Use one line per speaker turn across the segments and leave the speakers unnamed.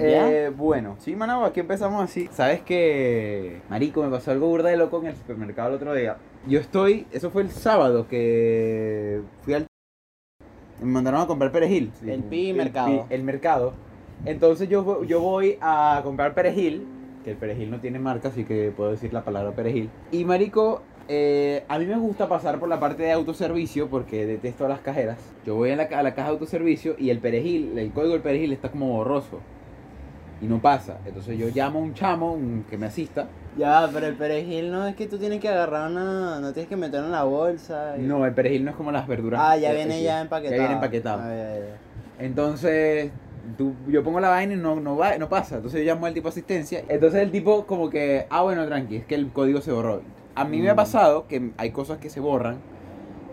Eh,
¿Ya?
bueno, sí, Manabo, aquí empezamos así. Sabes que, Marico, me pasó algo burda de loco en el supermercado el otro día. Yo estoy, eso fue el sábado que fui al. Me mandaron a comprar perejil.
El pi mercado.
pi- El mercado. Entonces yo, vo- yo voy a comprar perejil, que el perejil no tiene marca, así que puedo decir la palabra perejil. Y Marico, eh, a mí me gusta pasar por la parte de autoservicio porque detesto a las cajeras. Yo voy a la, ca- a la caja de autoservicio y el perejil, el código del perejil está como borroso. Y no pasa. Entonces yo llamo a un chamo un- que me asista.
Ya, pero el perejil no es que tú tienes que agarrar una. No tienes que meterlo en la bolsa. y-
No, el perejil no es como las verduras.
Ah, ya
Eh,
viene
sí,
ya empaquetado.
Ya viene empaquetado.
Ah, ya, ya.
Entonces, tú- yo pongo la vaina y no, no, va, no pasa. Entonces yo llamo al tipo de asistencia. Entonces el tipo como que, ah, bueno, tranqui, es que el código se borró. A mí me ha
Mm.
pasado que hay cosas que se borran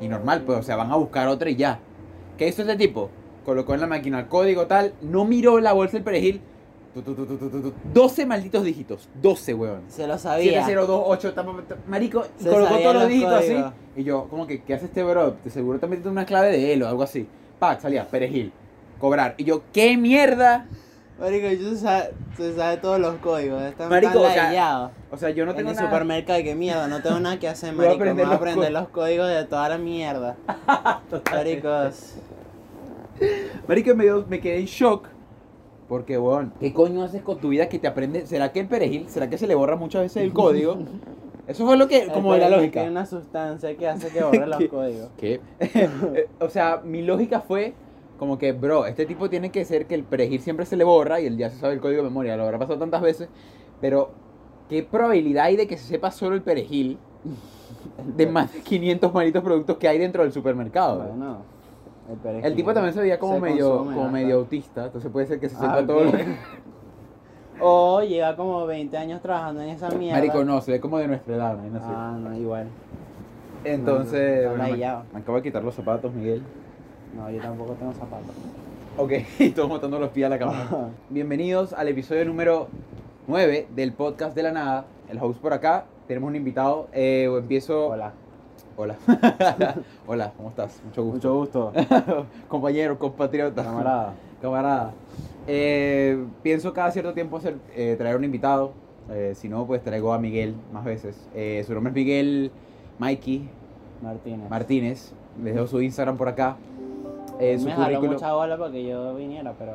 y normal, pues, o sea, van a buscar otra y ya. ¿Qué hizo este tipo? Colocó en la máquina el código tal, no miró la bolsa del perejil. Tu, tu, tu, tu, tu, tu, tu. 12 malditos dígitos. 12, weón.
Se lo sabía.
7028, tapa, tapa, marico, y
Se
colocó
sabían
todos los
los
dígitos así.
códigos.
Y yo, como que, ¿qué hace este bro? Te seguro te metiendo una clave de él o algo así. Pac, salía, perejil, cobrar. Y yo, ¿qué mierda?
Marico, yo se sabe, se sabe todos los códigos. Están
Marico,
tan
o sea,
ladrillados.
O sea, yo no
en
tengo
el
nada.
supermercado, qué mierda, no tengo nada que hacer,
Voy a
marico.
aprender
me voy a
los
aprender los códigos de toda la mierda. Maricos.
Marico, me, dio- me quedé en shock. Porque, weón, ¿qué coño haces con tu vida que te aprende? ¿Será que el perejil, será que se le borra muchas veces el código? Eso fue lo que, como
El
la
perejil
lógica.
Tiene una sustancia que hace que borre los
¿Qué?
códigos.
¿Qué? Eh, o sea, mi lógica fue como que, bro, este tipo tiene que ser que el perejil siempre se le borra y él ya se sabe el código de memoria, lo habrá pasado tantas veces, pero ¿qué probabilidad hay de que se sepa solo el perejil de más de 500 malditos productos que hay dentro del supermercado? bro?
Bueno, el perejil.
El tipo también se veía como
Se
medio
consume
como
bastante.
medio autista, entonces puede ser que se
Ah,
sepa todo lo
ok.
que...
O lleva como 20 años trabajando en esa mierda.
Marico, no, se ve como de nuestra edad, ¿no? Así.
Ah, no, igual.
Entonces,
no, no,
bueno,
ahí
me-
ya.
me acabo de quitar los zapatos, Miguel.
No, yo tampoco tengo zapatos.
Ok, y todos botando los pies a la cámara. Bienvenidos al episodio número 9 del podcast de la nada. El host por acá. Tenemos un invitado. Eh, o empiezo.
Hola.
Hola. Hola, ¿cómo estás? Mucho gusto.
Mucho gusto,
Compañero, compatriota.
camarada.
Camarada. Eh, pienso cada cierto tiempo hacer, eh, traer un invitado. Eh, si no, pues traigo a Miguel más veces. Eh, su nombre es Miguel Mikey
Martínez.
Martínez. Les dejo su Instagram por acá. Eh, su
Me jaló
currículum.
mucha bola para que yo viniera, pero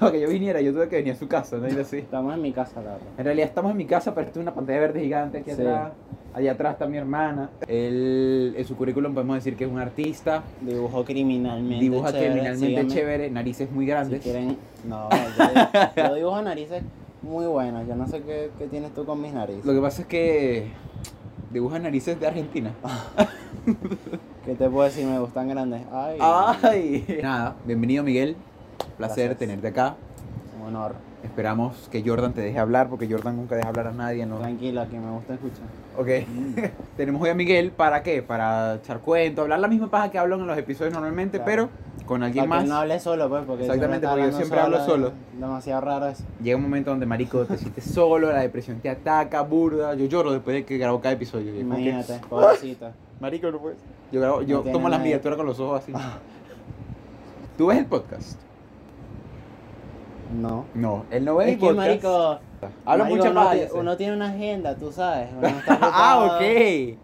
Para que yo viniera, yo tuve que venir a su casa, ¿no? Y así.
estamos en mi casa, la verdad.
En realidad estamos en mi casa, pero esto es una pantalla verde gigante aquí
Sí.
atrás. Allá atrás está mi hermana. Él, en su currículum podemos decir que es un artista.
Dibujo criminalmente.
dibuja
chévere,
criminalmente
síganme.
chévere, narices muy
Si
grandes.
quieren, no, yo, yo dibujo narices muy buenas. Yo no sé qué, qué tienes tú con mis
Lo
narices.
que pasa es que dibuja narices de Argentina.
¿Qué te puedo decir? Me gustan grandes. Ay,
Ah. ¡Ay! Nada, bienvenido Miguel. Placer
Gracias.
tenerte acá.
un honor.
Esperamos que Jordan te deje hablar, porque Jordan nunca deja hablar a nadie, ¿no?
Tranquila, que me gusta escuchar.
Ok. Tenemos hoy a Miguel, ¿para qué? Para echar cuento, hablar la misma paja que hablan en los episodios normalmente,
Claro.
pero con alguien
Para
más.
que no hable solo, pues, porque
Exactamente,
siempre está
porque yo
hablando
siempre hablo solo.
es Demasiado raro eso.
Llega un momento donde, marico, te sientes solo, la depresión te ataca, burda. Yo lloro después de que grabo cada episodio. y es como que,
Imagínate, pobrecito.
marico, no puedes. Yo, grabo- yo
No tiene
tomo las
nadie.
miniaturas con los ojos así. ¿Tú ves el podcast?
No.
No, él no ve
Es
el
que,
podcast.
marico,
Habla
marico,
mucha
uno,
paja,
ti-
yo sé.
uno tiene una agenda, tú sabes. uno está
ah,
ocupado.
ok.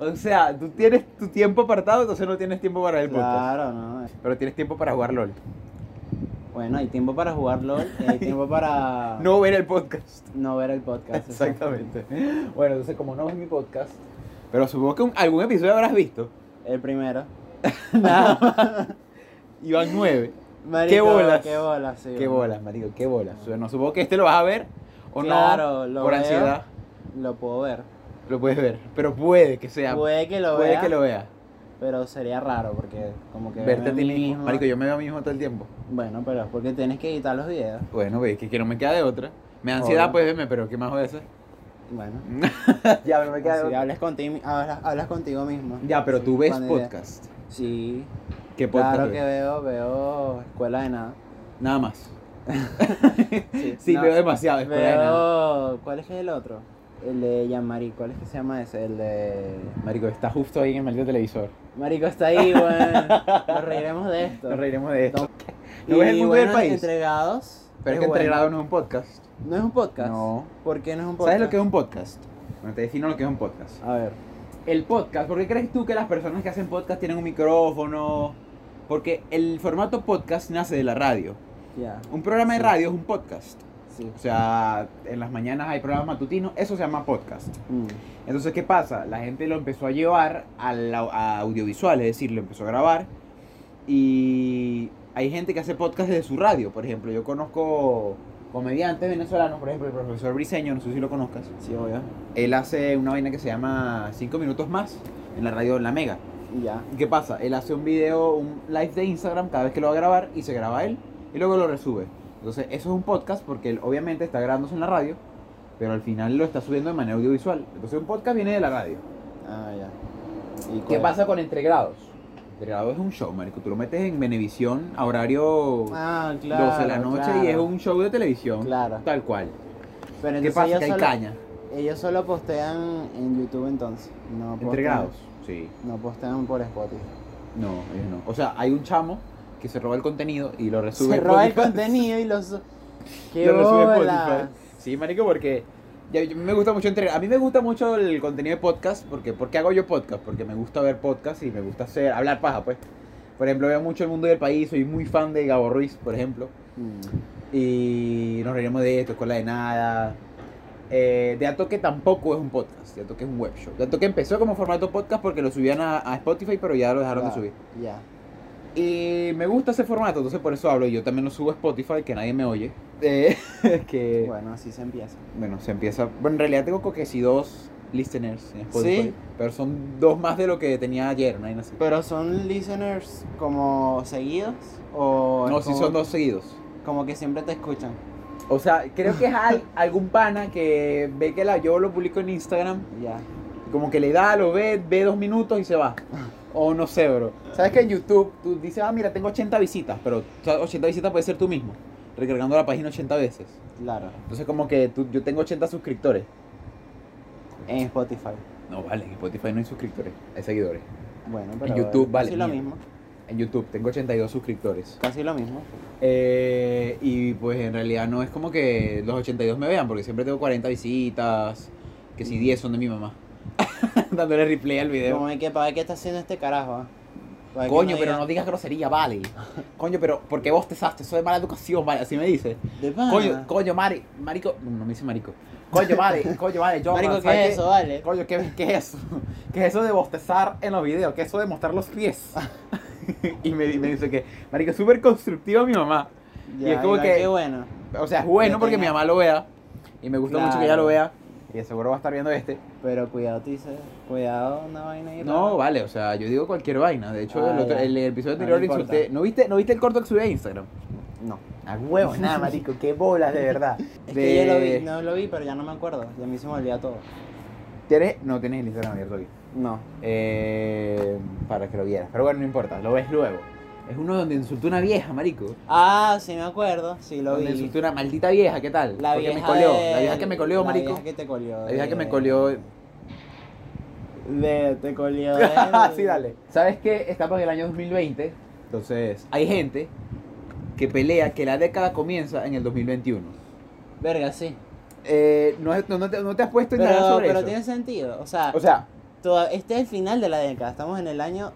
O sea, tú tienes tu tiempo apartado, entonces no tienes tiempo para el podcast.
Claro, no.
Pero tienes tiempo para jugar LOL.
Bueno, hay tiempo para jugar LOL y hay tiempo para
No ver el podcast.
no ver el podcast. eso.
Exactamente. Bueno, entonces como no ves mi podcast, pero supongo que un- algún episodio habrás visto.
El primero.
Iván 9.
Marico,
¿Qué bolas?
Qué bolas, sí.
Qué
bueno.
bolas, marico, qué bolas. O sea, No supongo que este lo vas a ver o
Claro,
no.
lo
Por
veo.
ansiedad
Lo puedo ver.
lo puedes ver, pero puede que sea.
puede que lo
puede
vea,
que lo vea.
pero sería raro porque como que
Verte a
verme
ti
mí
mismo.
mismo-
Marico, yo me veo a mí mismo todo el tiempo.
Bueno, pero es porque tienes que editar los videos.
Bueno, ve, que, que no me queda de otra. Me da ansiedad,
Obvio.
pues veme, pero ¿qué más voy a hacer?
Bueno,
ya, no me
si hablas contigo, hablas, hablas contigo mismo.
Ya, pero
Sí,
tú ves
cuando idea.
podcast.
Sí.
¿Qué podcast?
Claro
ves?
que veo, veo escuela de nada.
Nada más.
Sí,
Sí,
no,
veo demasiado.
veo-
escuela de nada.
¿Cuál es el otro? El de Yamari, ¿cuál es que se llama ese? El de
Marico, está justo ahí en el maldito televisor.
Marico está ahí, weón. Nos reiremos de esto.
Nos reiremos de esto.
No.
¿No ves el mundo del
bueno,
país?
Entregados.
Pero es
Es
que
bueno.
Entre Grado no es un podcast.
¿No es un podcast?
No.
¿Por qué no es un podcast?
¿Sabes lo que es un podcast? Bueno, te defino lo que es un podcast.
A ver.
El podcast, ¿por qué crees tú que las personas que hacen podcast tienen un micrófono? Porque el formato podcast nace de la radio.
Ya.
Un programa de
Sí.
radio es un podcast.
Sí.
O sea, en las mañanas hay programas matutinos, eso se llama podcast.
Mm.
Entonces, ¿qué pasa? La gente lo empezó a llevar al au- a audiovisual, es decir, lo empezó a grabar. Y hay gente que hace podcast desde su radio. Por ejemplo, yo conozco comediantes venezolanos, por ejemplo, el profesor Briseño, no sé si lo conozcas.
Sí, obvio.
Él hace una vaina que se llama 5 minutos más en la radio La Mega.
Y ya.
¿Y ¿Qué pasa? Él hace un video, un live de Instagram cada vez que lo va a grabar y se graba él y luego lo resube. Entonces, eso es un podcast porque él obviamente está grabándose en la radio, pero al final lo está subiendo de manera audiovisual. Entonces, un podcast viene de la radio.
Ah, ya. ¿Y
¿Qué
cuál?
pasa con Entregrados? Entregrados es un show, marico. Tú lo metes en Venevisión a horario
Ah, claro.
12 de la noche
claro,
y es un show de televisión.
Claro.
Tal cual.
Pero
¿Qué
entonces
pasa?
ellos
Que hay
solo-
caña.
Ellos solo postean en YouTube entonces. No postean-
Entregrados. Sí.
No postean por Spotify.
No, ellos no. O sea, hay un chamo que se roba el contenido y lo resube.
Se
en
roba el
Spotify.
contenido y los. ¡Qué
Yo lo resube en
bolas!
Spotify. Sí, marico, porque ya- yo- me gusta mucho entre- a mí me gusta mucho el contenido de podcast, porque ¿por qué hago yo podcast? Porque me gusta ver podcast y me gusta hacer hablar paja, pues. Por ejemplo, veo mucho el mundo del país, soy muy fan de Gabo Ruiz, por ejemplo,
Mm,
y nos reiremos de esto, escuela de nada. Eh, de a toque tampoco es un podcast, de a toque es un web show. De a toque empezó como formato podcast porque lo subían a, a Spotify, pero ya lo dejaron
ya,
de subir.
Ya.
Y me gusta ese formato, entonces por eso hablo. y Yo también lo subo a Spotify, que nadie me oye. Eh, que
Bueno, así se empieza.
bueno, se empieza. Bueno, en realidad tengo como que si dos listeners en Spotify.
Sí.
Pero son dos más de lo que tenía ayer, ¿no? Así.
Pero son listeners como seguidos o.
No,
es
si
como-
son dos seguidos.
Como que siempre te escuchan.
O sea, creo que es al- algún pana que ve que la, yo lo publico en Instagram,
Ya.
como que le da, lo ve, ve dos minutos y se va. O no sé, bro. Sabes que en YouTube tú dices, ah, mira, tengo 80 visitas, pero o sea, 80 visitas puede ser tú mismo, recargando la página 80 veces.
Claro.
Entonces, como que tú- yo tengo 80 suscriptores.
En Spotify.
No, vale, en Spotify no hay suscriptores, hay seguidores.
Bueno, pero.
YouTube vale
Casi lo
mierda.
mismo.
En YouTube tengo 82 suscriptores.
Casi lo mismo.
Eh, y pues en realidad no es como que los 82 me vean, porque siempre tengo 40 visitas, que si 10 son de mi mamá. Dándole replay al video.
Como hay que para ver qué está haciendo este carajo. ah? Para que
Eh. Coño, pero
diga,
no digas grosería, vale. Coño, pero porque vos te saste, eso de mala educación, vale, así me dice.
De pana.
Coño, coño, mari, marico, no, no me dice marico. Coño, vale, coño, vale, yo
Marico,
¿sabes
¿qué es eso? Vale.
Coño, ¿qué, ¿qué es eso? ¿Qué es eso de bostezar en los videos? ¿Qué es eso de mostrar los pies? y me, di- me dice que, marico, súper constructiva mi mamá.
Ya,
es como
mira,
que-
Qué bueno.
O sea, es bueno
Ya
porque mi
tenía-
mamá lo vea. Y me gusta mucho que ella
Claro.
lo vea. Y de seguro va a estar viendo este.
Pero cuidado, te dice. Cuidado, una vaina ahí.
No,
rara.
vale, o sea, yo digo cualquier vaina. De hecho,
Ah,
el, otro-
ya.
el episodio
No
anterior
le importa.
insulté. ¿No viste, ¿No viste el corto que subí a Instagram?
No.
A huevo, nada, marico. Qué bolas, de verdad.
Es
De-
que yo lo vi, no lo vi, pero ya no me acuerdo. Ya a mí se me olvida todo.
¿Tienes? No, tienes el Instagram abierto aquí.
No.
Eh, para que lo vieras. Pero bueno, no importa, lo ves luego. Es uno donde insultó una vieja, marico.
Ah, sí me acuerdo. Sí lo
donde
vi.
insultó una maldita vieja, ¿qué tal?
La
Porque
vieja
me coleó.
de-
La vieja que me coleó,
La
marico.
vieja que te colió.
La vieja que me
de-
coleó.
De, te colió. de-
sí, dale. ¿Sabes qué? Estamos en el año 2020. Entonces, hay gente que pelea que la década comienza en el 2021.
Verga, sí.
Eh, no, es- no- no te, no te has puesto a
Pero,
indagar sobre
pero
eso.
tiene sentido. O sea,
O sea,
toda- este es el final de la década. Estamos en el año.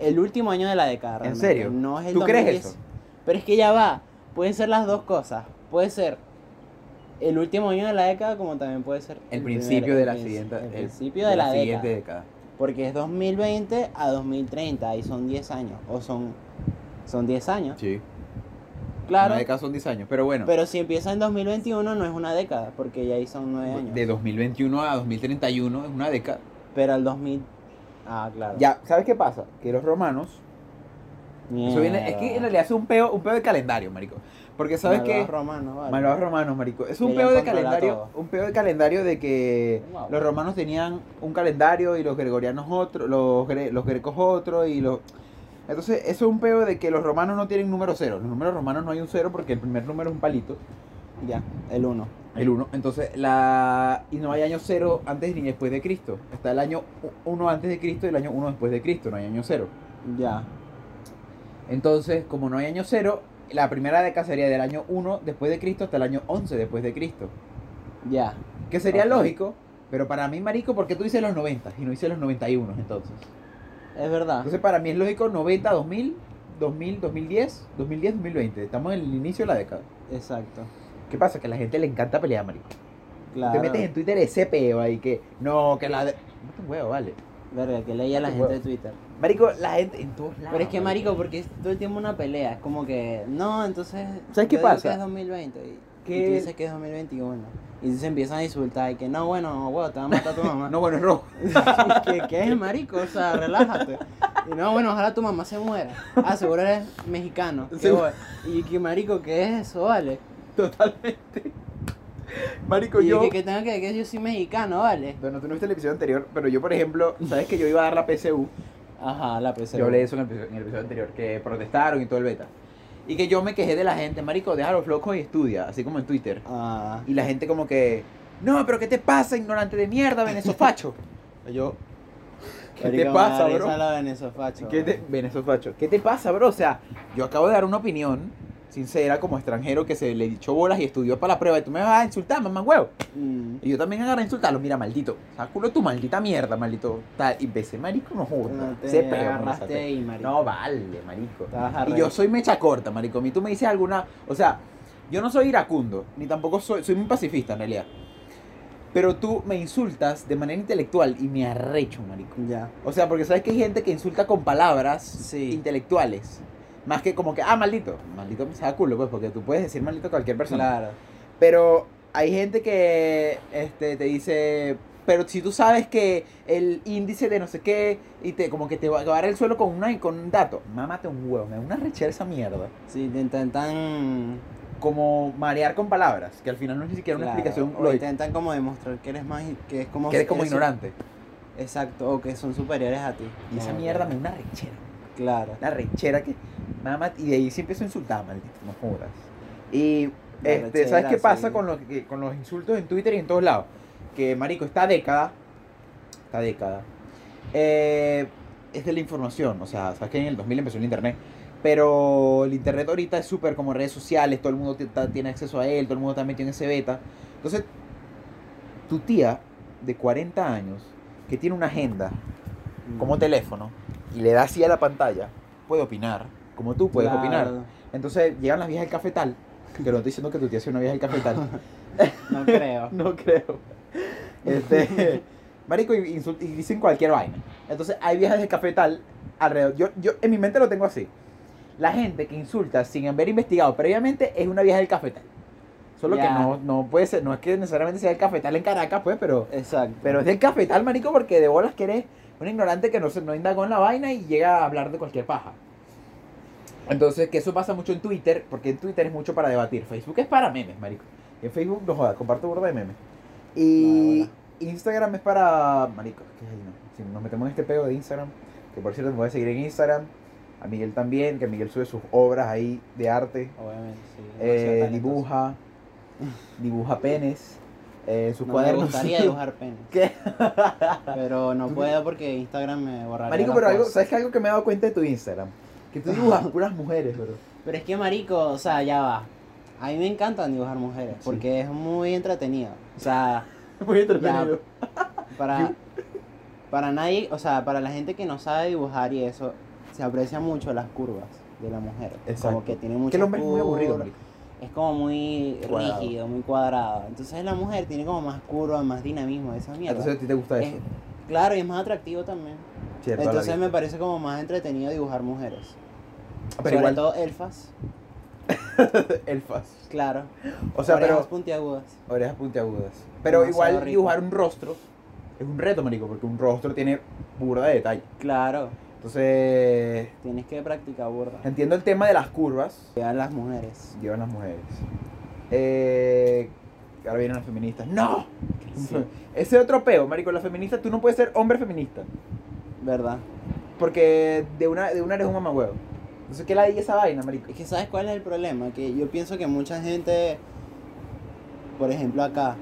El último año de la década.
¿En
realmente.
serio?
No es el
¿Tú crees
2010.
eso?
Pero es que ya va. Pueden ser las dos cosas. Puede ser el último año de la década, como también puede ser.
el
primer-
principio de la
el prin-
siguiente
El
el-
principio de, la,
siguiente
década.
década.
Porque es 2020 a 2030. Ahí son 10 años. O son. Son 10 años.
Sí.
claro.
Una década son 10 años, pero bueno.
Pero si empieza en 2021 no es una década, porque ya ahí son 9 años.
de 2021 a 2031 es una década.
Pero al 2000. Ah, claro.
Ya, ¿sabes qué pasa? Que los romanos Eso viene- es que en realidad es un peo, un peo de calendario, marico. Porque sabes
Malvados
que
romanos, vale.
malvados romanos, marico, es un
Querían
peo de
controlar
calendario,
todo.
un peo de calendario de que
Wow.
los romanos tenían un calendario y los gregorianos otro, los gre- los grecos otro y los entonces, eso es un peo de que los romanos no tienen número cero. Los números romanos no hay un cero porque el primer número es un palito,
Ya, el 1.
el uno. Entonces, la y no hay año cero antes ni después de Cristo. Está el año u- uno antes de Cristo y el año uno después de Cristo, no hay año cero.
Ya.
Entonces, como no hay año cero, la primera década sería del año 1 después de Cristo hasta el año 11 después de Cristo.
Ya.
Que sería
Ok.
lógico, pero para mí, marico, porque tú dices los 90 y no dices los 91 entonces.
Es verdad.
Entonces para mí es lógico 90, 2000, 2000, 2010, 2010, 2020. Estamos en el inicio de la década.
Exacto.
¿Qué pasa? Que a la gente le encanta pelear, marico.
Claro.
Te metes en Twitter ese peo ahí que no, que la de... No te huevo, vale.
Verga, que leía la
Este
gente de
huevo.
Twitter.
Marico, la gente en todos lados.
Pero es que, marico, porque es todo el tiempo una pelea. Es como que, no, entonces.
¿Sabes qué
yo digo
pasa?
Que es 2020. Y,
Que-
y tú dices que es 2021. Y se empiezan a insultar. Y que, no, bueno, huevo, te va a matar tu mamá.
No, bueno, es rojo.
¿Qué, qué es, marico? O sea, relájate. Y no, bueno, ojalá tu mamá se muera. Ah, seguro eres mexicano. Qué
Sí.
bueno. Y que, marico, ¿qué es eso, vale?
Totalmente. Marico,
Y
yo...
que, que tengo que que yo soy mexicano, vale.
Bueno, tú no viste el episodio anterior, pero yo, por ejemplo, sabes que yo iba a dar la PSU.
Ajá, la PC.
Yo hablé de eso en el, episodio, en el episodio anterior, que protestaron y todo el beta. Y que yo me quejé de la gente, marico, deja los flocos y estudia, así como en Twitter.
Ah,
Y la gente como que, no, pero ¿qué te pasa, ignorante de mierda, venezofacho? Y yo, ¿qué
marico,
te
me
pasa,
da
bro?
risa la venezofacho,
¿Qué te,
vale.
venezofacho, ¿qué te pasa, bro? O sea, yo acabo de dar una opinión sincera como extranjero que se le echó bolas y estudió para la prueba y tú me vas a insultar, mamá huevo.
Mm.
Y yo también agarré a insultarlo, mira, maldito, sáculo tu maldita mierda, maldito. Tal, y ese marico no joda,
No te
se pega, pues,
agarraste ahí, marico.
No vale, marico.
Estabas
Y
arrecho.
yo soy mecha corta, marico. A mí tú me dices alguna. O sea, yo no soy iracundo, ni tampoco soy. Soy muy pacifista en realidad. Pero tú me insultas de manera intelectual y me arrecho, marico.
Ya.
O sea, porque sabes que hay gente que insulta con palabras
Sí.
intelectuales. Más que como que, ah, maldito. Maldito me saca culo, pues, porque tú puedes decir maldito a cualquier persona.
Claro.
Pero hay gente que este, te dice, pero si tú sabes que el índice de no sé qué, y te como que te va a acabar el suelo con, una, con un dato, mámate un huevo, me da una rechera esa mierda.
Sí, te intentan.
Como marear con palabras, que al final no es ni siquiera una
claro,
explicación
o
lógica,
intentan como demostrar que eres más. que es como.
que eres como
su-
ignorante.
Exacto, o que son superiores a ti.
Y esa
No,
mierda me
claro.
da una rechera,
Claro.
una rechera que, mamá, y de ahí sí empiezo a insultar, maldito, no jodas. Y,
La
este,
rechera,
¿sabes qué pasa
sí.
con, los, que- con los insultos en Twitter y en todos lados? Que, marico, esta década, esta década, eh, es de la información, o sea, sabes que en el 2000 empezó el internet, pero el internet ahorita es súper como redes sociales, todo el mundo te- ta- tiene acceso a él, todo el mundo está metido en ese beta. Entonces, tu tía de 40 años, que tiene una agenda como teléfono, y le da así a la pantalla, puede opinar, como tú puedes opinar.
Claro.
Entonces llegan las viejas del cafetal, que no estoy diciendo que tu tía sea una vieja del cafetal.
No creo.
no creo. Este, marico, y, insult- y dicen cualquier vaina. Entonces hay viejas del cafetal alrededor. Yo, yo en mi mente lo tengo así. La gente que insulta sin haber investigado previamente es una vieja del cafetal. Solo que
Ya.
no, no puede ser, no es que necesariamente sea el cafetal en Caracas, pues, pero,
Exacto.
pero es del cafetal, marico, porque de bolas que eres un ignorante que no, se, no indagó en la vaina y llega a hablar de cualquier paja. Entonces, que eso pasa mucho en Twitter, porque en Twitter es mucho para debatir. Facebook es para memes, marico. En Facebook, no jodas, comparto burda de memes. Y
Ah,
Instagram es para... Marico, es que ay, no. Si nos metemos en este pedo de Instagram, que por cierto me voy a seguir en Instagram, a Miguel también, que Miguel sube sus obras ahí de arte,
Obviamente, sí.
eh,
demasiado talentoso.
dibuja, dibuja penes, eh, sus
No me
cuadernos...
gustaría dibujar penes.
¿Qué?
Pero no
¿Tú
puedo porque Instagram me borraría.
Marico,
las
pero algo,
cosas.
¿sabes que algo que me he dado cuenta de tu Instagram? Que tú dibujas puras mujeres, bro.
Pero es que, marico, o sea, ya va. A mí me encantan dibujar mujeres
Sí.
porque es muy entretenido. O sea,
Muy
entretenido.
pues,
para, para nadie, o sea, para la gente que no sabe dibujar y eso, se aprecia mucho las curvas de la mujer.
Exacto.
Como que tiene
Que
muchas
el hombre es muy aburrido,
curvas,
marico.
Es como muy
Cuadrado.
rígido, muy cuadrado. Entonces la mujer tiene como más curva, más dinamismo, esa mierda.
Entonces a ti te gusta
Es-
eso.
claro, y es más atractivo también.
Cierto, a la
Eh, Entonces
vida.
me parece como más entretenido dibujar mujeres.
Pero
Sobre
igual,
todo elfas,
el fast.
claro.
O sea,
Orejas
pero...
puntiagudas.
Orejas puntiagudas. Pero
Demasiado
igual
rico.
dibujar un rostro es un reto, marico, porque un rostro tiene burda de detalle.
Claro,
Entonces,
tienes que practicar burda.
entiendo el tema de las curvas.
Vean las mujeres.
Llevan las mujeres. Eh, ahora vienen las feministas. ¡No!
Sí.
Ese otro peo, marico, las feministas, tú no puedes ser hombre feminista.
¿Verdad?
Porque de una, de una eres un mamagüevo. Entonces, ¿qué la di esa vaina, marico?
Es que sabes cuál es el problema, que yo pienso que mucha gente, por ejemplo acá,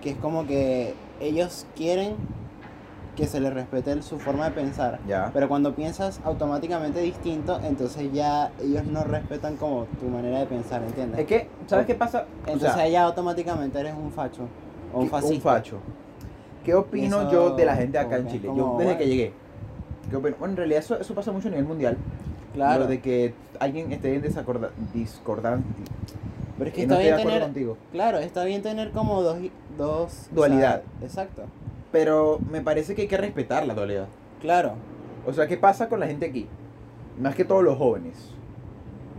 que es como que ellos quieren que se le respete el- su forma de pensar.
Ya.
Pero cuando piensas automáticamente distinto, entonces ya ellos no respetan como tu manera de pensar, ¿entiendes?
Es que, ¿sabes qué pasa? O
Entonces
sea,
ya automáticamente eres un facho o un
¿qué-
fascista.
facho. ¿Qué opino
Eso,
yo de la gente acá en
como-
Chile? Yo
como,
desde
bueno.
que llegué. ¿Qué opino? Bueno, en realidad eso, eso pasa mucho a nivel mundial.
Claro.
Lo de que alguien esté en desacorda- discordancia.
Pero es que
y no estoy
está
de
bien
acuerdo
tener,
contigo.
claro, está bien tener como dos, dos o sea,
Dualidad.
exacto.
Pero me parece que hay que respetar la dualidad.
Claro.
O sea, ¿qué pasa con la gente aquí? Más que todos los jóvenes.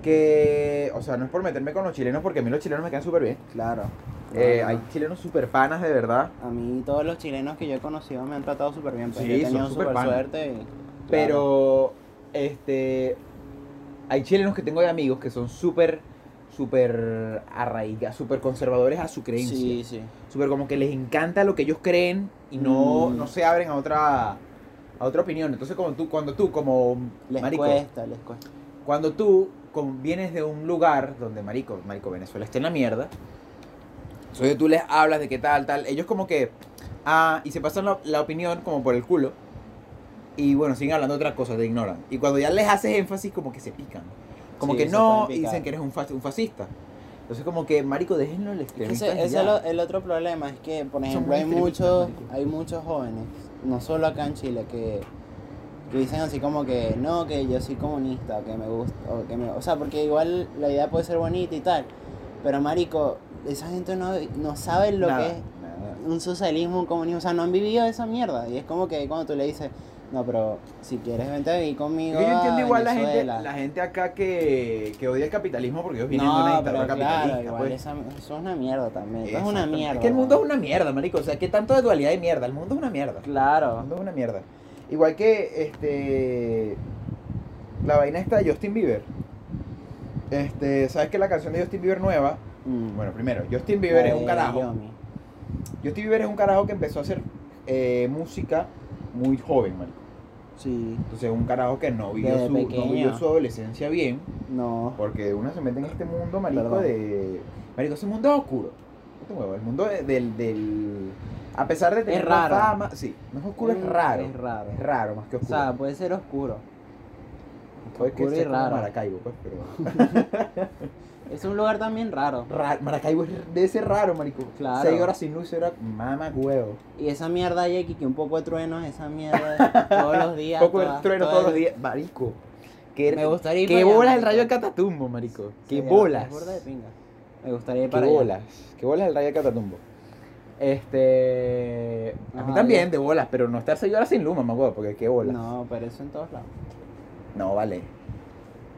Que, o sea, no es por meterme con los chilenos porque a mí los chilenos me quedan súper bien.
Claro.
Eh,
No, no,
hay chilenos súper panas de verdad.
no. A mí todos los chilenos que yo he conocido me han tratado súper bien, pues
Sí,
yo he
son
tenido
súper
súper
panas.
suerte y- claro.
Pero, este. Hay chilenos que tengo de amigos que son súper, súper arraigados, súper conservadores a su creencia.
Sí, sí.
Súper como que les encanta lo que ellos creen y no,
Mm.
no se abren a otra, a otra opinión. Entonces, cuando tú, cuando tú como
Les
marico,
cuesta, les cuesta.
cuando tú con- vienes de un lugar donde marico, marico Venezuela está en la mierda, entonces tú les hablas de qué tal, tal, ellos como que, ah, y se pasan la, la opinión como por el culo, y bueno, siguen hablando otras cosas, te ignoran. Y cuando ya les haces énfasis, como que se pican. Como
Sí,
que
se
no,
pueden
y dicen
picar.
que eres un, fas- un fascista. Entonces como que, marico, déjenlo el
Es que
extremista.
ese, ese es lo- el otro problema, es que, por
Son
ejemplo,
muy
hay
extremistas,
muchos,
marico.
hay muchos jóvenes, no solo acá en Chile, que, que dicen así como que no, que yo soy comunista, o que me gusta, o que me... O sea, porque igual la idea puede ser bonita y tal, pero marico, esa gente no, no sabe lo que es un socialismo, un comunismo, o sea, no han vivido esa mierda, y es como que cuando tú le dices, no, pero si quieres vente a vivir conmigo
Yo entiendo
a
igual la gente,
Venezuela".
la gente acá que, que odia el capitalismo porque ellos vienen de una
No,
dictadura
pero
capitalista.
claro, igual
pues.
esa- eso es una mierda también, eso es una
Exactamente.
mierda.
Es que el mundo es
weón.
una mierda, marico. O sea, que tanto de dualidad de mierda. El mundo es una mierda. El
Claro.
mundo es una mierda. Igual que este. La vaina esta de Justin Bieber. Este, ¿sabes que la canción de Justin Bieber nueva?
Mm.
Bueno, primero, Justin Bieber es un carajo. Justin Bieber es un carajo que empezó a hacer eh, música muy joven, marico.
Sí,
Entonces, un carajo que no vivió,
Desde
su, no
pequeño.
vivió su adolescencia bien.
no.
Porque uno se mete en este mundo, marico,
Perdón.
de... Marico, ese mundo es oscuro. No te muevas, El mundo de- del, del... A pesar de tener la
raro.
fama... Sí, no es oscuro, es raro.
Mm, Es raro.
Es raro, más que
O
oscuro.
sea, puede ser oscuro.
Puede que
oscuro y
sea como
raro.
Maracaibo, pues, pero...
Es un lugar también raro.
Ra- Maracaibo es de ese raro, marico.
Claro.
Seis horas sin luz, era mama huevo.
Y esa mierda hay aquí, que un poco de truenos, esa mierda todos los días.
Poco el
todas-
trueno
todas-
todos los días. Marico. Que,
Me gustaría ir
que
para allá,
bolas el
marico.
rayo de Catatumbo, marico.
Sí,
Que
ya,
bolas.
es burda de pinga. Me gustaría ir
¿Qué
para allá.
bolas? ¿Qué bolas el Rayo Catatumbo? Este. A mí
Ajá,
también,
ya.
de bolas, pero no estar seis horas sin luma, me acuerdo, porque qué bolas. No.
No, pero eso en todos lados.
vale.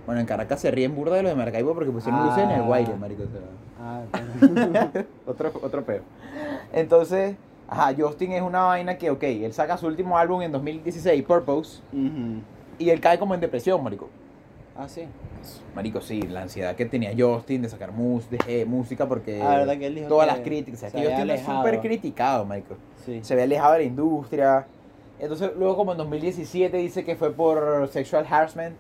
Bueno, en Caracas se ríen burda de los de Maracaibo porque pusieron luces en el
Ah.
Guaire, marico. o sea,
Ah, pero-
otro, otro peo. Entonces, ajá, Justin es una vaina que, ok, él saca su último álbum en 2016, Purpose,
Ujú.
y él cae como en depresión, marico.
Ah, sí.
Marico, sí, la ansiedad que tenía Justin de sacar mus- de, eh, música porque
Ah, verdad que él dijo
todas
que
las críticas. O sea,
se
que
había
Justin es
alejado.
súper criticado, marico.
Sí.
se había alejado de la industria. Entonces, luego como en 2017 dice que fue por sexual harassment,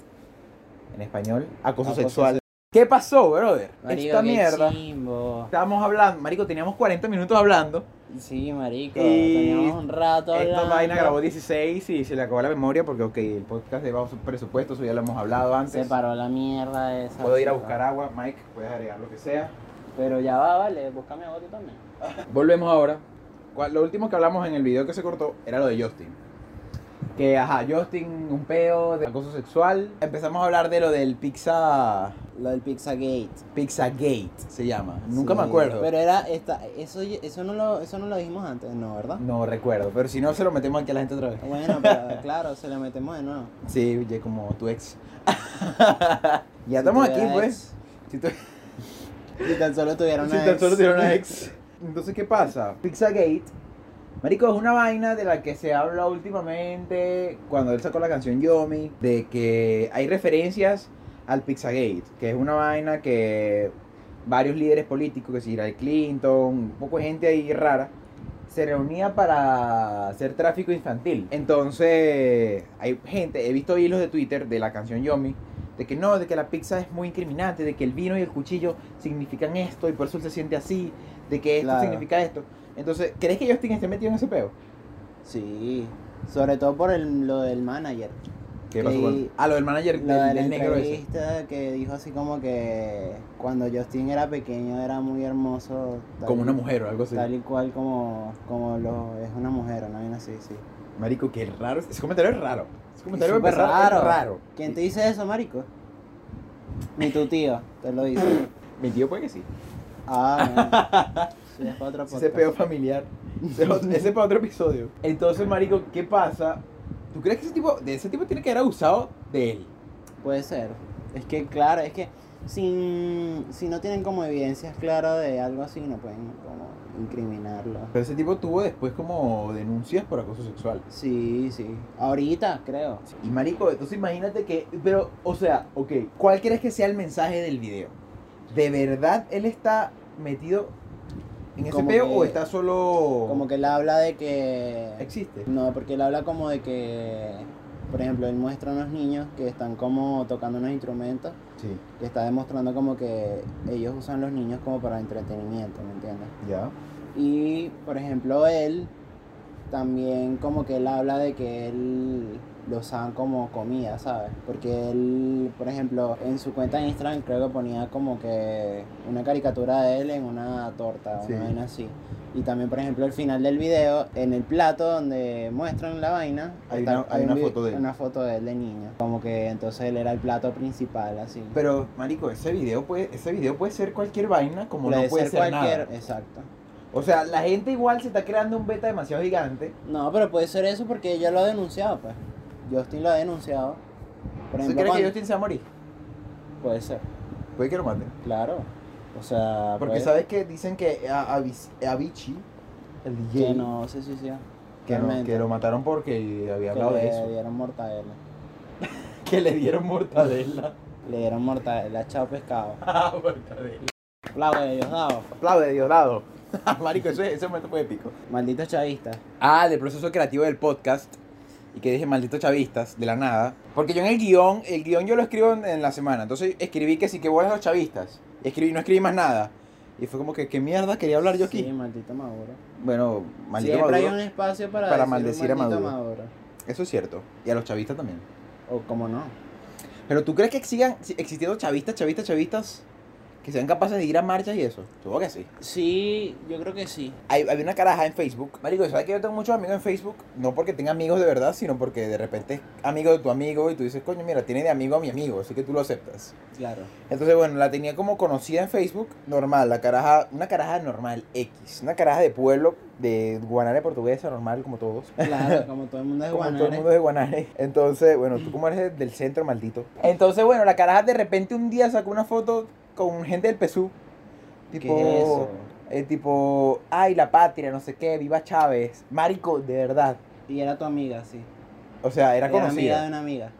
en español, acoso,
Acoso
sexual. ¿Qué pasó, brother?
Marico,
Esta
qué
mierda.
chimbo.
Estábamos hablando, marico, teníamos 40 minutos hablando.
Sí, marico.
Y-
Teníamos un rato
Esta
hablando.
vaina grabó 16 y se le acabó la memoria porque, ok, el podcast de bajo presupuesto, eso ya lo hemos hablado
Se
antes.
paró la mierda esa.
Puedo ir a
chica.
buscar agua, Mike, puedes agregar lo que sea.
Pero ya va, vale, búscame a otro también.
Volvemos ahora. Cual- Lo último que hablamos en el video que se cortó era lo de Justin. Que, ajá, Justin, un peo de acoso sexual. Empezamos a hablar de lo del pizza...
Lo del Pizzagate.
Pizza Gate se llama. Nunca
Sí,
me acuerdo.
Pero era esta, eso, eso no lo, eso no lo dijimos antes, no, ¿verdad?
No recuerdo, pero si no se lo metemos aquí a la gente otra vez.
Bueno, pero claro, se lo metemos de nuevo.
Sí, oye, como tu ex.
Si
ya estamos aquí,
tuviera
pues. Si tu-
ex. Si tan solo tuviera una
Si tan
ex.
solo tiene una ex. Entonces, ¿qué pasa? Pizzagate. Marico, es una vaina de la que se habla últimamente cuando él sacó la canción Yomi, de que hay referencias al Pizzagate, que es una vaina que varios líderes políticos, que si Hillary Clinton, un poco de gente ahí rara, se reunía para hacer tráfico infantil. Entonces, hay gente, he visto hilos de Twitter de la canción Yomi, de que no, de que la pizza es muy incriminante, de que el vino y el cuchillo significan esto y por eso él se siente así, de que esto
Claro.
significa esto. Entonces, ¿crees que Justin esté metido en ese peo?
Sí. Sobre todo por el- lo del manager.
¿Qué pasó con.? Ah, lo del manager
Eh, Lo
del,
de la
del negro ese.
entrevista que dijo así como que cuando Justin era pequeño era muy hermoso. tal
Como
y-
una mujer o algo así.
Tal y cual como, como lo es una mujer, una vaina así, sí.
Marico, qué raro. Ese comentario es raro. Ese comentario
súper
para empezar, es
raro.
raro.
¿Quién te dice eso, marico? Ni tu tío te lo dice.
Mi tío puede que sí.
Ah, no. Sí, es para otro
Ese es
podcast.
peo familiar. Ese es otro- ese es para otro episodio. Entonces, marico, ¿qué pasa? ¿Tú crees que ese tipo, de ese tipo tiene que haber abusado de él?
Puede ser. Es que, claro, es que sin, si no tienen como evidencias claras de algo así, no pueden como incriminarlo.
Pero ese tipo tuvo después como denuncias por acoso sexual.
Sí, sí. Ahorita, creo.
Y marico, entonces imagínate que, pero, o sea, ok, ¿cuál crees que sea el mensaje del video? ¿De verdad él está metido en ese
Como
peo
que-
o está solo...
Como que él habla de que...
existe.
No, porque él habla como de que, por ejemplo, él muestra a unos niños que están como tocando unos instrumentos,
Sí,
que está demostrando como que ellos usan los niños como para entretenimiento, ¿me entiendes?
ya.
Y, por ejemplo, él también como que él habla de que él lo usaban como comida, ¿sabes? Porque él, por ejemplo, en su cuenta de Instagram creo que ponía como que una caricatura de él en una torta,
Sí.
una vaina así. Y también, por ejemplo, al final del video, en el plato donde muestran la vaina,
Hay una- hay una
un vi-
foto de él.
Una foto de él de niño. Como que entonces él era el plato principal, así.
Pero, marico, ese video puede, ese video puede ser cualquier vaina, como no puede ser, nada.
Exacto.
O sea, la gente igual se está creando un beta demasiado gigante.
No, pero puede ser eso porque ella lo ha denunciado, pues. Justin lo ha denunciado.
¿Tú
Por ejemplo,
crees que
cuando-
Justin se va a morir?
Puede ser,
Puede que lo maten.
claro. O sea,
Porque
puede-
sabes que dicen que a, a Vic- Avicii, el DJ,
que no se suicidó.
que, no-
Realmente.
que lo mataron porque había
Que
hablado
le
de eso.
dieron mortadela.
Que le dieron mortadela.
Le dieron mortadela, chao pescado.
Ah, mortadela.
Aplaude, Diosdado.
Aplaude, Diosdado. marico, ese, ese momento fue épico.
Maldito chavista.
Ah, del proceso creativo del podcast. Y que dije maldito chavistas, de la nada. Porque yo en el guión, el guión yo lo escribo en, en la semana. Entonces escribí que sí que bolas los chavistas. Y escribí, no escribí más nada. Y fue como que, ¿qué mierda quería hablar yo aquí?
Sí, maldito Maduro.
Bueno, maldito
Siempre
Maduro.
hay un espacio para,
para
decir
maldecir a
maldito
Maduro. Eso es cierto. Y a los chavistas también.
O como no.
Pero ¿tú crees que sigan si- existiendo chavistas, chavistas, chavistas? Que sean capaces de ir a marchas y eso. Supongo que sí.
Sí, yo creo que sí.
Hay, había una caraja en Facebook. Marico, ¿sabes que yo tengo muchos amigos en Facebook? No porque tenga amigos de verdad, sino porque de repente es amigo de tu amigo y tú dices, coño, mira, tiene de amigo a mi amigo, así que tú lo aceptas.
Claro.
Entonces, bueno, la tenía como conocida en Facebook, normal, la caraja, una caraja normal, X. Una caraja de pueblo, de Guanare portuguesa, normal, como todos.
Claro, como todo el mundo es
Como
guanare.
todo el mundo es de Guanare. Entonces, bueno, tú como eres de- del centro, maldito. Entonces, bueno, la caraja de repente un día sacó una foto con gente del PSU.
¿Qué
Tipo,
es eso?
eh, tipo, ay, la patria, no sé qué, viva Chávez. Marico, de verdad.
Y era tu amiga, sí.
O sea, era
Era amiga de
conocida.
una amiga.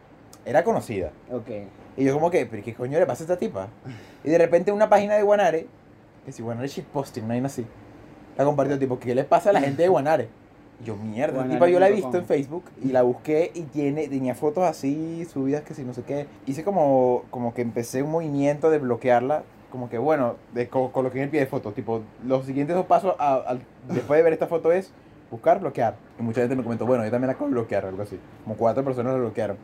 Era conocida.
Ok.
Y yo como que, pero ¿qué coño le pasa a esta tipa? Y de repente una página de Guanare, que si Guanare shitposting, no hay así, la compartió tipo, ¿qué le pasa a la gente de Guanare? Y yo, mierda, esta tipa yo la he visto en Facebook y la busqué y tiene, tenía fotos así, subidas que si no sé qué. Hice como, como que empecé un movimiento de bloquearla, como que bueno, de, co- coloqué en el pie de foto, tipo, los siguientes dos pasos a- al- después de ver esta foto es buscar, bloquear. Y mucha gente me comentó, bueno, yo también la puedo bloquear, algo así. Como cuatro personas la bloquearon.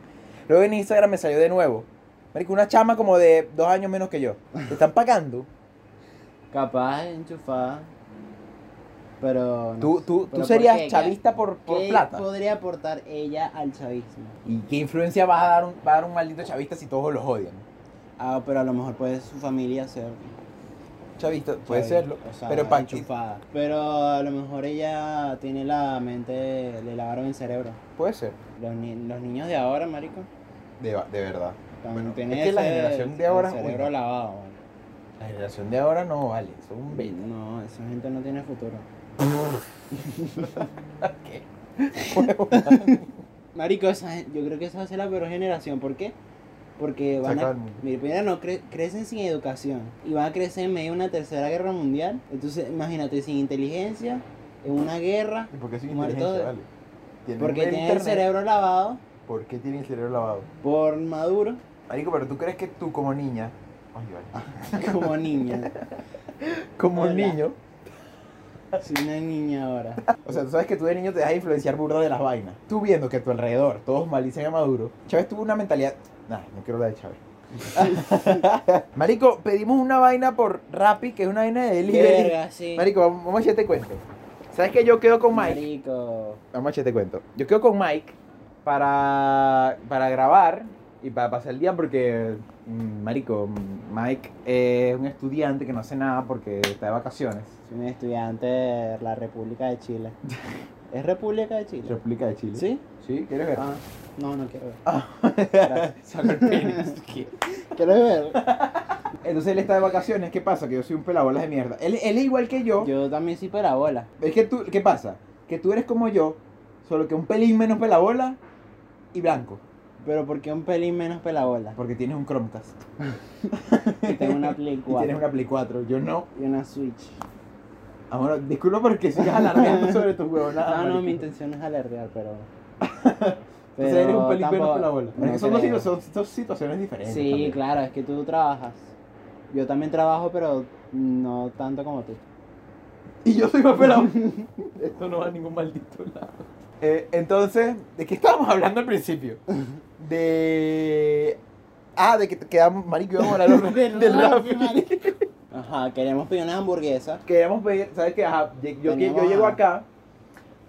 Luego en Instagram me salió de nuevo. Marico, una chama como de dos años menos que yo. Te están pagando.
Capaz, enchufada. Pero. no
Tú,
sé.
tú,
Pero
tú
¿por
serías
qué? ¿Qué-
chavista por, por
qué
plata.
podría aportar ella al chavismo?
¿Y qué influencia vas a dar un, va a dar un maldito chavista si todos los odian?
Ah, pero a lo mejor puede su familia ser.
Chavista, puede
chavi-
serlo.
o sea,
pero para
enchufada. Pero a lo mejor ella tiene la mente. Le lavaron el cerebro.
Puede ser.
Los, ni- los niños de ahora, marico.
De, de verdad.
también
Bueno,
tienen
es que la
ese-
generación de ahora es
El cerebro
buena.
lavado, marico.
La generación de ahora no vale. Son un bello.
No, esa gente no tiene futuro.
¿Qué? Huevón.
Marico, esa gen- yo creo que esa va a ser la peor generación. ¿Por qué? Porque van
acaba
a,
el mundo.
mira, primero no cre- crecen sin educación y van a crecer en medio de una tercera guerra mundial. Entonces, imagínate, sin inteligencia, en una guerra,
¿Y por qué soy
Muerto
inteligente?
de-
Vale. Tienen
porque
buen
tienen el
internet.
cerebro lavado
¿Por qué tienen el cerebro lavado?
por Maduro
Marico, pero tú crees que tú como niña. Ay, vale.
como niña.
Como
Hola.
niño.
Soy una niña ahora.
O sea, tú sabes que tú de niño te dejas influenciar burda de las vainas. Tú viendo que a tu alrededor todos maldicen a Maduro. Chávez tuvo una mentalidad. Nah, no quiero hablar de Chávez. Marico, pedimos una vaina por Rappi, que es una vaina de
Qué
delivery.
verga, sí.
Marico, vamos vamos a echar este cuento. ¿Sabes que yo quedo con Mike?
Marico.
Vamos a echar este cuento. Yo quedo con Mike para, para grabar y para pasar el día porque, mm, marico, mm, Mike es un estudiante que no hace nada porque está de vacaciones.
Soy un estudiante de la República de Chile. ¿Es República de Chile?
República de Chile.
¿Sí?
¿Sí? ¿Quieres ver?
Ah, no, no quiero ver.
Saca el penis.
¿Quiero ver?
Entonces él está de vacaciones. ¿Qué pasa? Que yo soy un pelabolas de mierda. Él, él es igual que yo.
Yo también soy perabola.
Es que tú, ¿qué pasa? Que tú eres como yo, solo que un pelín menos pelabola y blanco.
Pero ¿por qué un pelín menos pelabola?
Porque tienes un Chromecast.
Porque tengo una Play
Y
4
tienes una Play 4. Yo no.
y una Switch.
Ah, bueno, disculpa porque sigas alardeando sobre tus huevonadas.
Ah, No, no, mi
marico.
intención es alardear, pero...
Entonces eres un pelín menos
tampoco-
pelabola.
no
Es que son dos,
creo.
situ- son dos situaciones diferentes.
Sí,
también.
claro, es que tú trabajas. Yo también trabajo, pero no tanto como tú.
Y yo soy más pelado. Esto no va a ningún maldito lado. Eh, entonces, ¿de qué estábamos hablando al principio? De. Ah, de que te quedamos, marico, íbamos a hablar del, del Rappi.
Ajá, queremos pedir unas hamburguesas.
Queríamos pedir, ¿sabes qué? Ajá, lle- yo, yo,
Teníamos,
llego
ajá.
acá,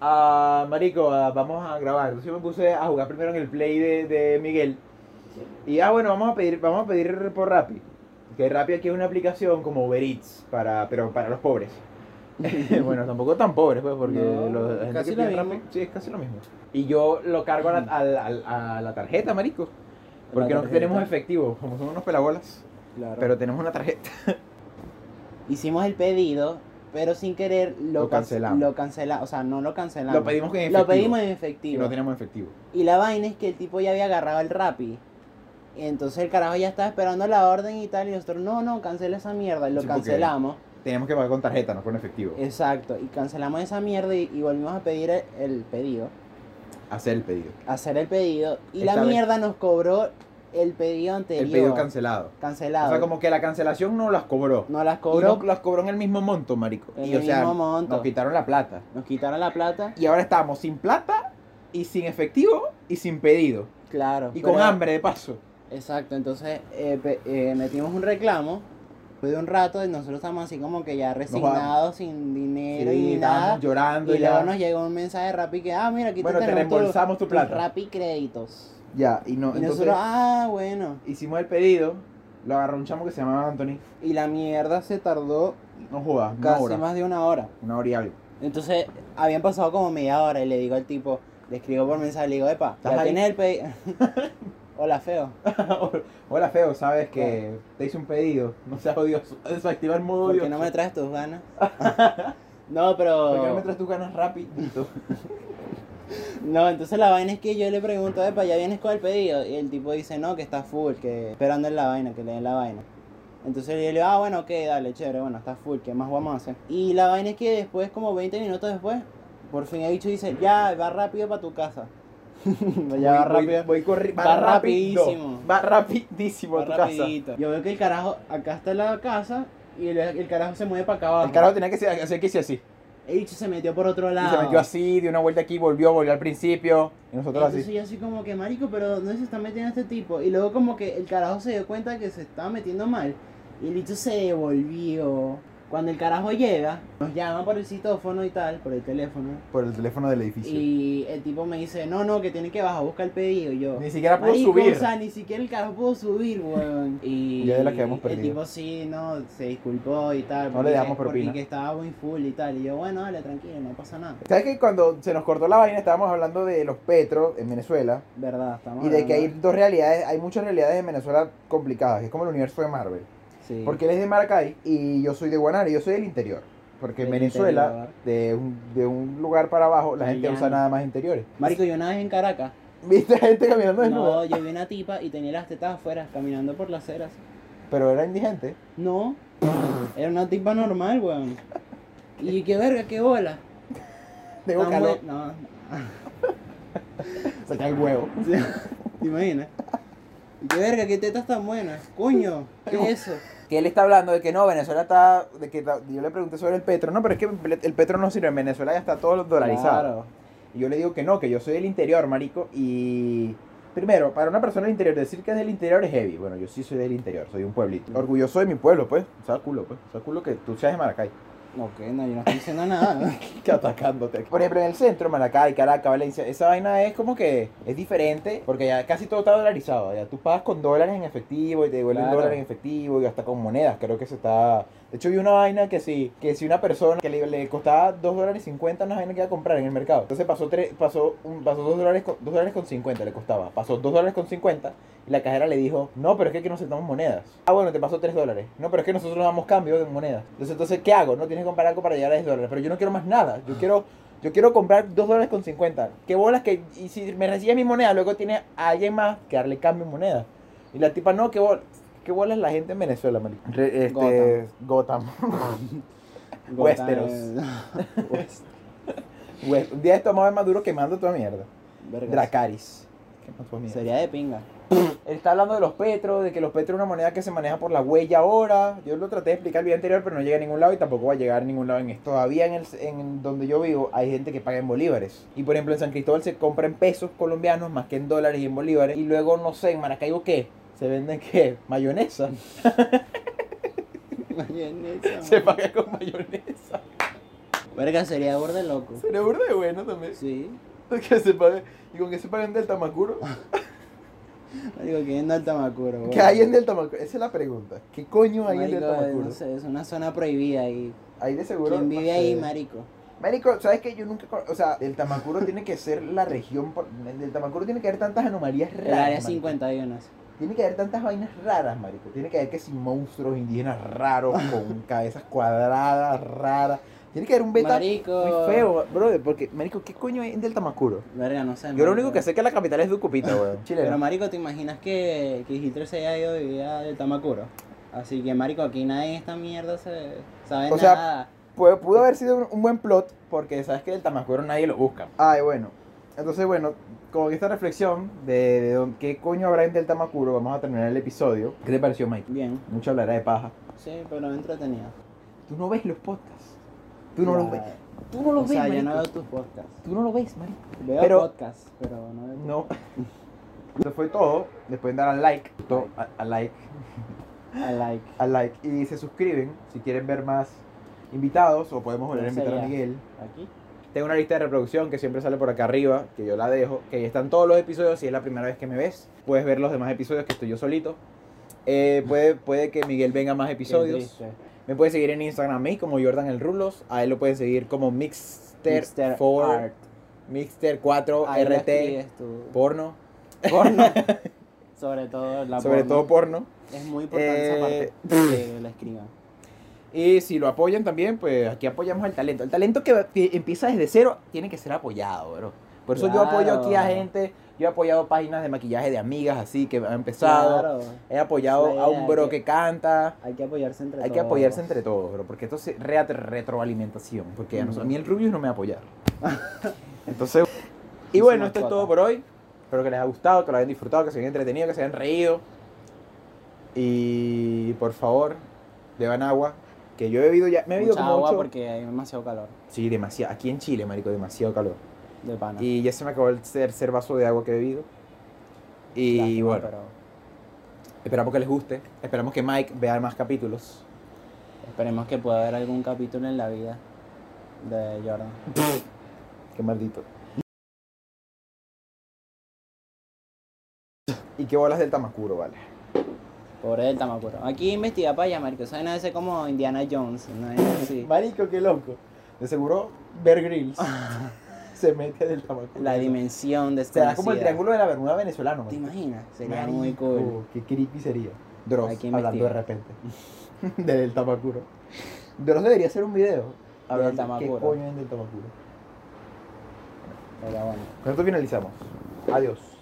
a marico, a- vamos a grabar. Entonces yo me puse a jugar primero en el play de, de Miguel. Y ah, bueno, vamos a pedir, vamos a pedir por Rappi. Que Rappi aquí es una aplicación como Uber Eats, para, pero para los pobres. bueno, tampoco tan pobres, pues, porque
No,
los- la gente
casi
que
lo
pide
mismo.
Rappi- sí, es casi lo mismo. Y yo lo cargo a la, a la- a la- a la tarjeta, marico. Porque no
tarjeta.
tenemos efectivo, como somos unos pelabolas.
Claro.
Pero tenemos una tarjeta.
Hicimos el pedido, pero sin querer lo,
Lo
can-
cancelamos.
Lo cancela, o sea, no lo cancelamos.
Lo pedimos en
Lo
efectivo.
pedimos en
Y
efectivo.
no tenemos efectivo.
Y la vaina es que el tipo ya había agarrado el Rappi. Y entonces el carajo ya estaba esperando la orden y tal. Y nosotros, no, no, cancela esa mierda. Y lo
Sí, porque-
cancelamos.
Teníamos que pagar con tarjeta, no con efectivo.
Exacto. Y cancelamos esa mierda y, y volvimos a pedir el, el pedido.
Hacer el pedido.
Hacer el pedido. Y
Esta
la
vez-
mierda nos cobró el pedido anterior.
El pedido cancelado.
cancelado.
O sea, como que la cancelación no las cobró.
No las
cobró.
cobró.
las cobró en el mismo monto, marico.
En
y
el
o sea,
mismo monto.
nos quitaron la plata.
Nos quitaron la plata.
Y ahora estamos sin plata y sin efectivo y sin pedido.
Claro.
Y
pero-
con hambre de paso.
Exacto, entonces eh, pe- eh, metimos un reclamo. Después de un rato, y nosotros estábamos así como que ya resignados, sin dinero y
Sí, estábamos
nada.
llorando
Y
ya.
luego nos llegó un mensaje de Rappi que, ah, mira, aquí
Bueno, te
tenemos tu-
reembolsamos tu
tus
plata.
Rappi créditos.
Ya, y no,
y
entonces
nosotros, ah, bueno.
hicimos el pedido, lo agarró un chamo que se llamaba Anthony.
Y la mierda se tardó
No jodas, una
casi
hora.
más de una hora.
Una hora y algo.
Entonces, habían pasado como media hora y le digo al tipo, le escribo por mensaje, le digo, epa,
¿Estás
ya
ahí?
tienes el pedido. Hola, feo.
Hola, feo, sabes que te hice un pedido. No seas odioso. Desactiva el modo
¿Por
odioso.
qué no me traes tus ganas? no, pero...
¿Por qué no me traes tus ganas rapidito?
No, entonces la vaina es que yo le pregunto, epa, ¿ya vienes con el pedido? Y el tipo dice, no, que está full, que esperando en la vaina, que le den la vaina. Entonces yo le digo, ah, bueno, ok, dale, chévere, bueno, está full, ¿qué más vamos a hacer? Y la vaina es que después, como 20 minutos después, por fin el bicho dice, ya, va rápido para tu casa. ya va
Voy- voy-
rápido.
voy corri- va,
Va
rapidísimo.
rapidísimo.
Va rapidísimo
va
a tu
rapidito. Yo veo que el carajo, acá está la casa, y el, el carajo se mueve para acá
casa.
abajo.
El carajo tenía que hacer- hacer que hice así.
El bicho se metió por otro
Y
lado.
se metió así, dio una vuelta aquí, volvió, volvió al principio. Y nosotros
Entonces
así.
yo así como que, marico, pero ¿dónde se está metiendo este tipo? Y luego como que el carajo se dio cuenta que se estaba metiendo mal. Y el bicho se devolvió. Cuando el carajo llega, nos llaman por el citófono y tal, por el teléfono.
Por el teléfono del edificio.
Y el tipo me dice, no, no, que tiene que bajar a buscar el pedido. Y yo,
Ni siquiera pudo
marico,
subir.
o sea, ni siquiera el carajo pudo subir, weón. Y
Ya de la que hemos
el
perdido.
tipo sí, no, se disculpó y tal.
No
porque-
le damos
Porque
propina.
que estaba muy full y tal. Y yo, bueno, dale, tranquilo, no pasa nada.
¿Sabes que cuando se nos cortó la vaina estábamos hablando de los petros en Venezuela?
Verdad, estamos
Y de que hay
hablando-
dos realidades, hay muchas realidades en Venezuela complicadas. Es como el universo de Marvel.
Sí.
Porque él es de Maracay y yo soy de Guanare, yo soy del interior. Porque en
Del
Venezuela, de un, de un lugar para abajo, la gente
Llano.
usa nada más interiores.
Marico, yo una vez en Caracas.
¿Viste gente caminando desnuda?
No, yo vi una tipa y tenía las tetas afuera, caminando por las aceras.
Pero era indigente.
No, era una tipa normal, weón. Y yo, qué verga, qué bola.
Tengo
Tan
calor.
buen- No,
Saca el huevo.
sí, ¿te imaginas? Y qué verga, qué tetas tan buenas. Coño, ¿qué es eso?
que él está hablando de que no, Venezuela está, de que ta- yo le pregunté sobre el petro, no, pero es que el el petro no sirve, en Venezuela ya está todo dolarizado.
Claro.
Y yo le digo que no, que yo soy del interior, marico, y primero, para una persona del interior, decir que es del interior es heavy, bueno, yo sí soy del interior, soy de un pueblito, orgulloso de mi pueblo, pues, o sea, culo, pues, o sea, culo que tú seas de Maracay.
Ok, no, yo no estoy diciendo nada.
que atacándote. Por ejemplo, en el centro, Maracay, Caracas, Valencia, esa vaina es como que es diferente porque ya casi todo está dolarizado. Ya tú pagas con dólares en efectivo y te devuelven
Claro.
dólares en efectivo y hasta con monedas. Creo que se está. De hecho, vi una vaina que si, que si una persona que le, le costaba 2 dólares 50 una vaina que iba a comprar en el mercado. Entonces pasó tres, pasó, un, pasó 2 dólares con, dos dólares con 50 le costaba. Pasó 2 dólares con 50 y la cajera le dijo, no, pero es que aquí no aceptamos monedas. Ah, bueno, te pasó 3 dólares. No, pero es que nosotros damos cambio de monedas. Entonces, entonces ¿qué hago? No tienes que comprar algo para llegar a 10 dólares. Pero yo no quiero más nada. Yo quiero, yo quiero comprar 2 dólares con 50. ¿Qué bolas que... Y si me recibes mi moneda, luego tiene a alguien más que darle cambio en moneda. Y la tipa, no, ¿qué bolas? ¿Qué bolas la gente en Venezuela, marico? Re- este, Gotham. Westeros.
eh, West-
Güey, Un día esto más maduro quemando toda mierda.
Vergas.
Dracaris. Quemando toda mierda.
Sería de pinga.
Él está hablando de los petros, de que los petros es una moneda que se maneja por la huella ahora. Yo lo traté de explicar el video anterior, pero no llegué a ningún lado y tampoco va a llegar a ningún lado en esto. Todavía en, el, en donde yo vivo hay gente que paga en bolívares. Y por ejemplo en San Cristóbal se compra en pesos colombianos más que en dólares y en bolívares. Y luego, no sé, en Maracaibo qué. Se venden qué? Mayonesa.
Mayonesa,
Se
man.
paga con mayonesa.
Verga, sería borde loco.
Sería burda de bueno también.
Sí.
Que se pague. Y con que se paguen del Tamacuro.
Digo, que en el Tamacuro?
¿Qué
bro?
hay en el Tamacuro? Esa es la pregunta. ¿Qué coño hay en el
Marico,
Tamacuro?
no sé, es una zona prohibida ahí.
Hay de seguro.
¿Quién
no
vive
sé.
ahí, marico?
Marico, ¿sabes qué? Yo nunca. con- O sea, el Tamacuro tiene que ser la región. por- Del Tamacuro tiene que haber tantas anomalías raras.
El área
marico.
51.
Tiene que haber tantas vainas raras, marico. Tiene que haber que si monstruos indígenas raros, con cabezas cuadradas raras. Tiene que haber un beta
Marico.
muy feo, brother. Porque, marico, ¿qué coño hay en del Tamacuro?
Verga, no sé.
Yo lo
marico.
único que sé es que la capital es Ducupita, weón. Chile.
Pero, marico, ¿te imaginas que, que Hitler se haya ido de vida del Tamacuro? Así que, marico, aquí nadie en esta mierda se sabe
O sea,
nada.
Pudo, pudo haber sido un- un buen plot porque sabes que el Tamacuro nadie lo busca. Ay, bueno. Entonces, bueno, con esta reflexión de, de don- qué coño habrá en Delta Macuro, vamos a terminar el episodio. ¿Qué te pareció, Mike?
Bien,
Mucho hablará de paja.
sí, pero entretenido.
Tú no ves los podcasts. Tú no los ves. Tú no
O
los ves,
sea, yo no
marico.
veo tus podcasts.
Tú no lo ves, marico.
Veo
Pero-
podcasts, pero no veo tus-
No. Esto fue todo. Les pueden dar al like. to- a- al like.
a like.
Al like. Y se suscriben si quieren ver más invitados o podemos volver a
Entonces,
invitar a
ya.
Miguel.
Aquí.
Tengo una lista de reproducción que siempre sale por acá arriba, que yo la dejo, que ahí están todos los episodios. Si es la primera vez que me ves, puedes ver los demás episodios que estoy yo solito. Eh, puede, puede que Miguel venga a más
Qué
episodios.
triste.
Me puedes seguir en Instagram a mí como Jordan el Rulos. A él lo puedes seguir como Mixter,
Mixter
4,
Art.
Mixter 4
Ahí lo
RT
escribes tú.
porno,
Porno. Sobre todo la
sobre
porno.
todo porno.
Es muy importante
Eh,
esa parte que la escriban.
Y si lo apoyan también, pues aquí apoyamos al talento. El talento que, que empieza desde cero tiene que ser apoyado, bro. Por eso yo apoyo aquí a
Claro.
gente, yo he apoyado páginas de maquillaje de amigas así que han empezado.
Claro.
He apoyado
La
a
idea,
un bro
hay que-
que canta.
Hay que apoyarse entre
Hay que apoyarse entre todos, bro, porque esto es re- retroalimentación. Porque a, nos- a mí el Rubius no me va a apoyar. Entonces. Y
Es
bueno,
una
esto es
chota.
todo por hoy. Espero que les haya gustado, que lo hayan disfrutado, que se hayan entretenido, que se hayan reído. Y por favor, beban agua. Que yo he bebido ya. Me he bebido
Mucha
como
agua
ocho-
porque hay demasiado calor
Sí, demasiado. Aquí en Chile, marico, demasiado calor.
de pana.
Y ya se me acabó el tercer vaso de agua que he bebido. Y
Lástima,
bueno,
pero
esperamos que les guste. Esperamos que Mike vea más capítulos.
esperemos que pueda haber algún capítulo en la vida de Jordan.
Qué maldito. Y qué bolas del Tamacuro, vale.
Pobre del Tamacuro. Aquí investiga para allá, marico. Saben a veces como Indiana Jones, ¿no es así?
Marico, qué loco. De seguro, Bear Grylls se mete del Tamacuro.
La dimensión de
Será como el triángulo de la Bermuda venezolano,
¿Te
marico.
imaginas? Sería muy cool.
Qué creepy sería. Dross,
Hay que
hablando de
investigar.
repente. del Tamacuro. Dross debería hacer un video. Hablando de qué
Tamacuro.
coño es del Tamacuro.
Pero bueno.
Con esto finalizamos. Adiós.